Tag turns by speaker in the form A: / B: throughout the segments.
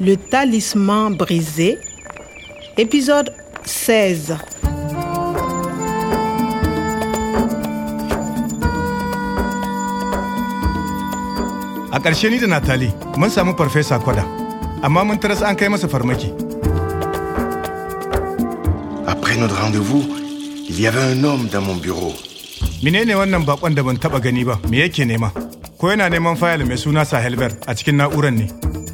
A: Le talisman brisé, épisode 16.
B: A ƙarshe ni da Natali mun samu farfesa kwada, amma mun taras an kai masa farmaki.
C: Après notre rendez-vous, il y avait un homme dans mon bureau.
B: Menene wannan bakon da ban taba gani ba, me yake nema? Ko yana neman fayil mai suna Sahelber a cikin na'urar ne?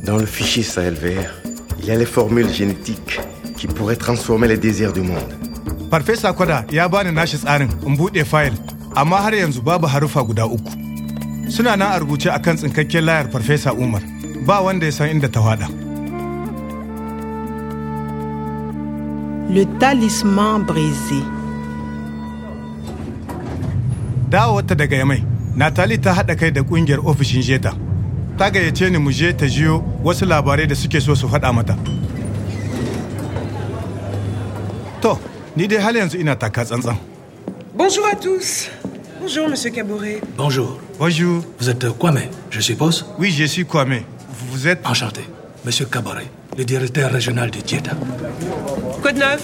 C: Dans le fichier Sahel vert, il y a les formules génétiques qui pourraient transformer les désirs du monde.
B: Farfesa kwada ya bani nashi tsarin in buɗe fayil, amma har yanzu babu harufa guda uku. Suna nan a rubuce akan tsinkakken layar Farfesa Umar, ba wanda ya san inda ta hada.
A: Le talisman brisé.
B: Dawowarta daga Yamai, Natali ta haɗa kai da ƙungiyar ofishin Jeta. Ta gayyace ni mu je ta jiyo wasu labarai da suke so su faɗa mata. To, ni dai hal yanzu ina taka tsantsan.
D: Bonjour à tous. Bonjour, monsieur Cabouret.
E: Bonjour,
B: Bonjour,
E: vous êtes Kwame, je suppose
B: oui, je suis Kwame. Vous êtes Ah,
E: Enchanté. Monsieur Cabaret, le directeur régional de Dieta.
D: Code neuf.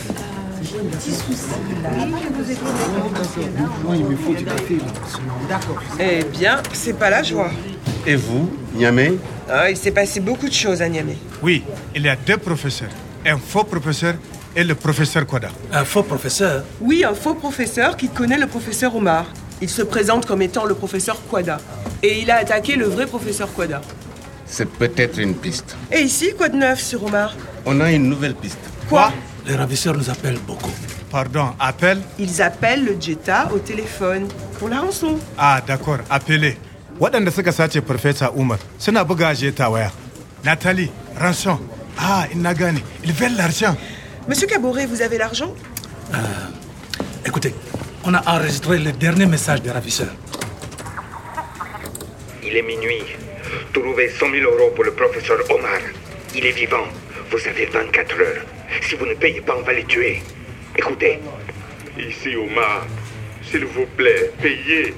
D: Eh bien, c'est pas la joie.
C: Et vous, Niamey
D: Ah, il s'est passé beaucoup de choses à Niamey.
B: Oui, il y a deux professeurs, un faux professeur et le professeur Koda.
E: Un faux professeur
D: Oui, un faux professeur qui connaît le professeur Omar. Il se présente comme étant le professeur Quada. Et il a attaqué le vrai professeur Quada.
F: C'est peut-être une piste.
D: Et ici, quoi de neuf sur Omar
F: On a une nouvelle piste.
D: Quoi
E: Les ravisseurs nous appellent beaucoup.
B: Pardon, appel
D: Ils appellent le Jetta au téléphone pour la rançon.
B: Ah, d'accord, appelé. Waɗanda suka sace Farfesa Umar suna buga jeta waya. Nathalie, rançon. Ah, il na gane. Il veut l'argent.
D: Monsieur Cabouret, vous avez l'argent
E: Écoutez, on a enregistré le dernier message des ravisseurs.
G: Il est minuit. Trouvez 100 000 euros pour le professeur Omar. Il est vivant. Vous avez 24 heures. Si vous ne payez pas, on va les tuer. Écoutez.
H: Ici, Omar, s'il vous plaît, payez.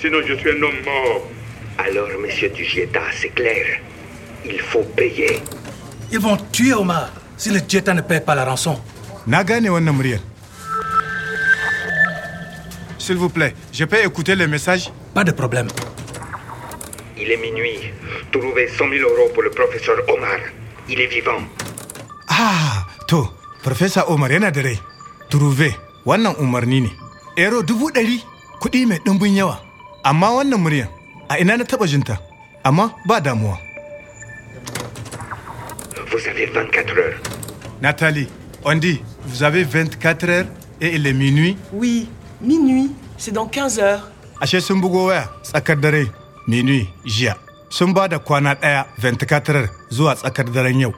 H: Sinon, je suis un homme mort.
G: Alors, monsieur Dugieta, c'est clair. Il faut payer.
E: Ils vont tuer Omar si le Dieta ne paye pas la rançon.
B: Na gane wannan muryar. S'il vous plaît, je peux écouter le message
E: Pas de problème.
G: Il est minuit. Trouvez 100 000 euros pour le professeur Omar. Il est vivant.
B: Ah, to, Farfesa Umar yana da rai. Turuve, wannan umarni ne. Ero dubu ɗari kuɗi mai ɗumbin yawa. Amma wannan muryan, a ina na taɓa jinta, amma ba damuwa.
G: Vous avez 24 heures.
B: Nathalie, on dit, vous avez 24 heures et il est minuit.
D: Oui, minuit. C'est dans 15 heures.
B: Ashe sun bugo waya tsakar dare minuit jiya. Sun ba da kwana ɗaya 24 heures zuwa tsakar daren yau.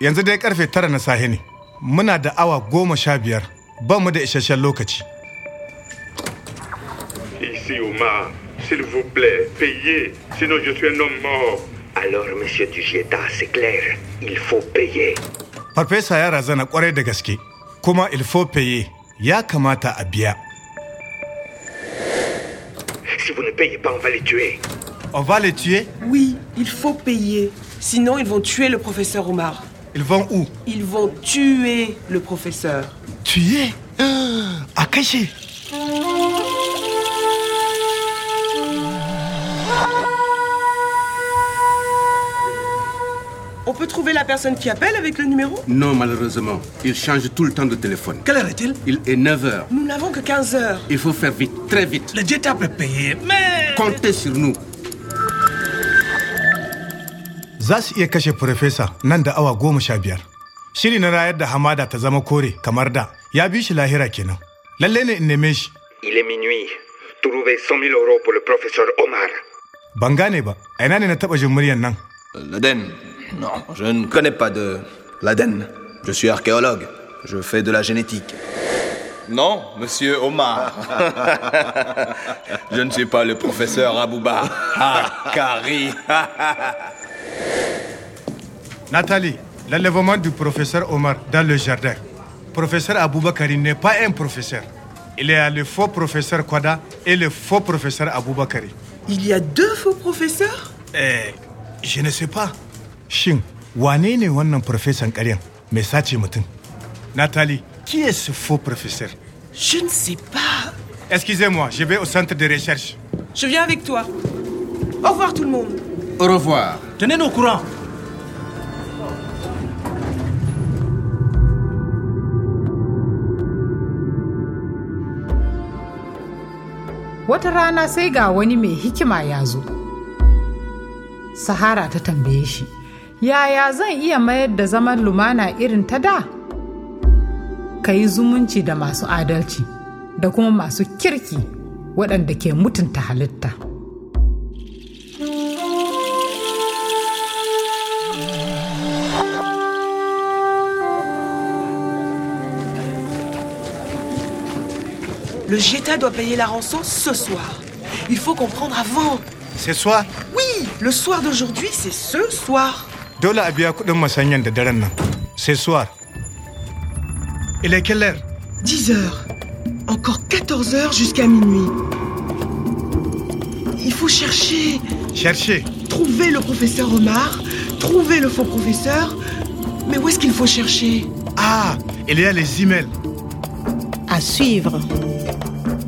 B: Yanzu dai karfe tara na sahe ne. Muna da awa goma sha biyar, ba mu da isasshen lokaci.
H: Ici, Omar, s'il vous plaît, payez. Sinon, je suis un homme mort.
G: Alors, monsieur Dugieta, c'est clair. Il faut payer.
B: Farfesa ya razana kwarai da gaske, kuma ilfofeye ya kamata a biya.
G: Si vous ne payez pas, on va les tuer.
B: On va les tuer,
D: Oui, il faut payer. Sinon, ils vont tuer le professeur Omar.
B: ils vont où
D: Ils vont tuer le professeur.
B: Tuer Ah, A kashe
D: On peut trouver la personne qui appelle avec le numéro
F: Non, malheureusement. Il change tout le temps de téléphone.
E: Quelle heure est-il
F: Il est 9h.
D: Nous n'avons que 15 heures.
F: Il faut faire vite, très vite.
E: Le Dieta peut payer, mais.
F: Comptez sur nous.
B: Za su iya kashe Farfesa nan da awa goma sha biyar. Shiri na rayar da hamada ta zama kore kamar da ya bi shi lahira kenan. Lalle ne in neme shi,
G: Il est minuit. Trouvez 100 000 euros pour le professeur Omar.
B: ban gane ba, a ina ne na taɓa jin muryan nan.
I: Euh, L'Aden Non, je ne connais pas de l'Aden. Je suis archéologue. Je fais de la génétique. Non, monsieur Omar. je ne suis pas le professeur Abouba. Ah, Hakari.
B: Nathalie, l'enlèvement du professeur Omar dans le jardin. Professeur Aboubakari n'est pas un professeur. Il y a le faux professeur Kwada et le faux professeur Aboubakari.
D: Il y a deux faux professeurs
B: Eh, je ne sais pas. Shin, wane ne wannan farfesan ƙaryan mai sace mutum Nathalie, qui est ce faux professeur
D: Je ne sais pas.
B: Excusez-moi, je vais au centre de recherche.
D: Je viens avec toi. Au revoir tout le monde.
F: Au revoir.
E: Tenez-nous au courant.
J: Wata rana sai ga wani mai hikima ya zo. Sahara ta tambaye shi, yaya zan iya mayar da zaman lumana irin ta da? Ka yi zumunci da masu adalci da kuma masu kirki waɗanda ke mutunta halitta.
D: Le Jeta doit payer la rançon ce soir. Il faut comprendre avant.
B: Ce soir,
D: Oui, le soir d'aujourd'hui, c'est ce soir.
B: dole a biya kuɗin masanyan da daren nan. Ce soir. Il est quelle heure
D: 10 heures. Encore 14 heures jusqu'à minuit. Il faut chercher,
B: Cherchez.
D: trouver le professeur Omar, trouver le faux professeur. Mais où est-ce qu'il faut chercher
B: Ah, il y a les emails.
A: À suivre.